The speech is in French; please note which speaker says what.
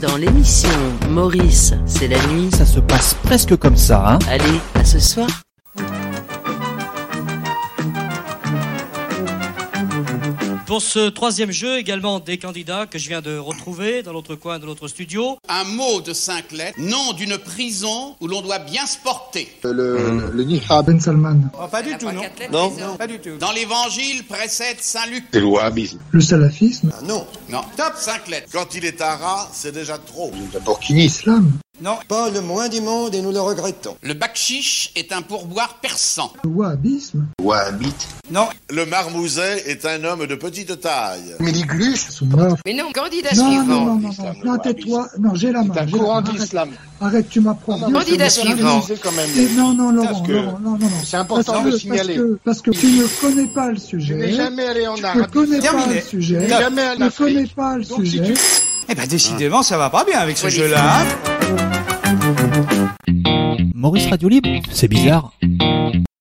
Speaker 1: Dans l'émission Maurice, c'est la nuit.
Speaker 2: Ça se passe presque comme ça, hein
Speaker 1: Allez, à ce soir.
Speaker 3: Pour ce troisième jeu, également des candidats que je viens de retrouver dans l'autre coin de l'autre studio.
Speaker 4: Un mot de cinq lettres, nom d'une prison où l'on doit bien se porter.
Speaker 5: Le, le Nihab. Ben Salman.
Speaker 6: pas du tout, non.
Speaker 7: Non
Speaker 6: Pas du tout.
Speaker 4: Dans l'évangile précède Saint-Luc.
Speaker 8: C'est le wahhabisme.
Speaker 5: Le salafisme.
Speaker 7: Non.
Speaker 4: Non, top cinq lettres.
Speaker 7: Quand il est à rat, c'est déjà trop.
Speaker 8: D'abord, qui
Speaker 5: L'islam.
Speaker 7: Pas le moins du monde et nous le regrettons.
Speaker 4: Le bakchiche est un pourboire persan.
Speaker 5: Le wahhabisme.
Speaker 8: Wahhabite.
Speaker 7: Le marmouset est un homme de petite taille.
Speaker 5: Mais l'igluche. Sunna.
Speaker 9: Mais non, candidat
Speaker 5: Non, non,
Speaker 9: suivant.
Speaker 5: non, non, non.
Speaker 8: l'islam, le
Speaker 5: Non, tais-toi. Non, j'ai la main.
Speaker 8: C'est un
Speaker 5: j'ai la
Speaker 8: courant
Speaker 5: main.
Speaker 8: d'islam.
Speaker 5: Arrête, tu m'apprends. bien,
Speaker 9: Candidat
Speaker 5: c'est bon.
Speaker 9: suivant.
Speaker 8: C'est quand même.
Speaker 5: Et non, non, Laurent,
Speaker 8: Parce que
Speaker 5: Laurent, non, non, non.
Speaker 8: c'est important de le signaler.
Speaker 5: Parce que, parce que tu ne connais pas le
Speaker 8: Je
Speaker 5: sujet.
Speaker 8: n'ai jamais allé en
Speaker 5: Tu ne
Speaker 8: Arabie.
Speaker 5: connais pas
Speaker 6: Terminé.
Speaker 5: le sujet.
Speaker 8: Je n'ai jamais
Speaker 5: Tu ne
Speaker 8: allé en
Speaker 5: connais
Speaker 8: Afrique.
Speaker 5: pas le
Speaker 8: Donc, si
Speaker 5: sujet.
Speaker 8: tu-
Speaker 6: Eh ben, décidément, ça va pas bien avec ce jeu-là. hein.
Speaker 2: Maurice Radio Libre C'est bizarre.